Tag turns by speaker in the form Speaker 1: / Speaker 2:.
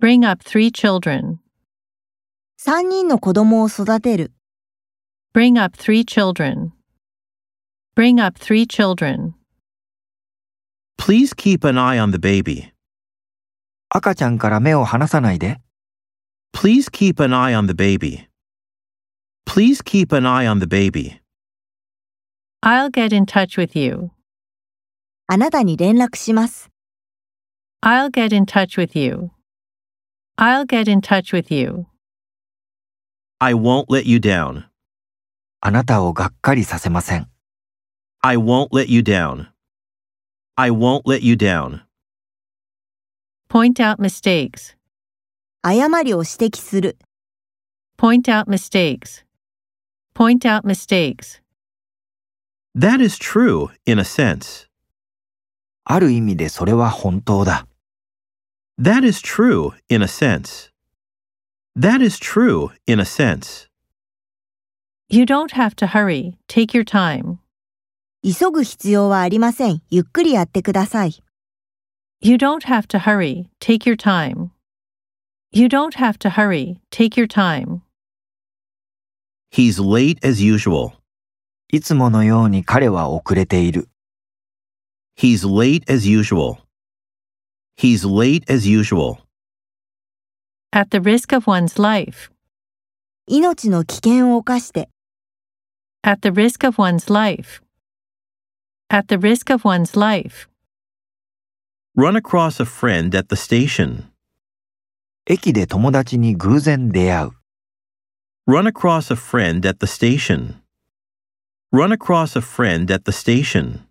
Speaker 1: Bring up three children.
Speaker 2: 3人の子供を育てる。
Speaker 1: Bring up three children. Bring up three children.
Speaker 3: Please keep an eye on the baby.
Speaker 4: 赤ちゃんから目を離さないで。
Speaker 3: Please keep an eye on the baby. Please keep an eye on the baby.
Speaker 1: I'll get in touch with you.
Speaker 2: あなたに連絡します。
Speaker 1: I'll get in touch with you. I'll get in touch with you.
Speaker 3: I won't let you down.
Speaker 4: あなたをがっかりさせません。
Speaker 3: I won't let you down. I won't let you down.
Speaker 1: Point out mistakes.
Speaker 2: 誤りを指摘する。
Speaker 1: Point out mistakes. Point out mistakes.
Speaker 3: That is true, in a sense.
Speaker 4: ある意味でそれは本当だ。
Speaker 3: That is true, in a sense. That is true, in a sense.
Speaker 1: You don't have to hurry. Take your time.
Speaker 2: 急ぐ必要はありません。ゆっくりやってください。
Speaker 1: You don't have to hurry. Take your time. You don't have to hurry. Take your time.
Speaker 3: He's late as usual.
Speaker 4: いつものように彼は遅れている。
Speaker 3: He's late as usual. He's late as usual.
Speaker 1: At the risk of one's life.
Speaker 2: 命の危険を冒して、
Speaker 1: At the risk of one's life. At the risk of one's life.
Speaker 3: Run across a friend at the station.
Speaker 4: 駅で友達に偶然出会う。
Speaker 3: Run across a friend at the station. Run across a friend at the station.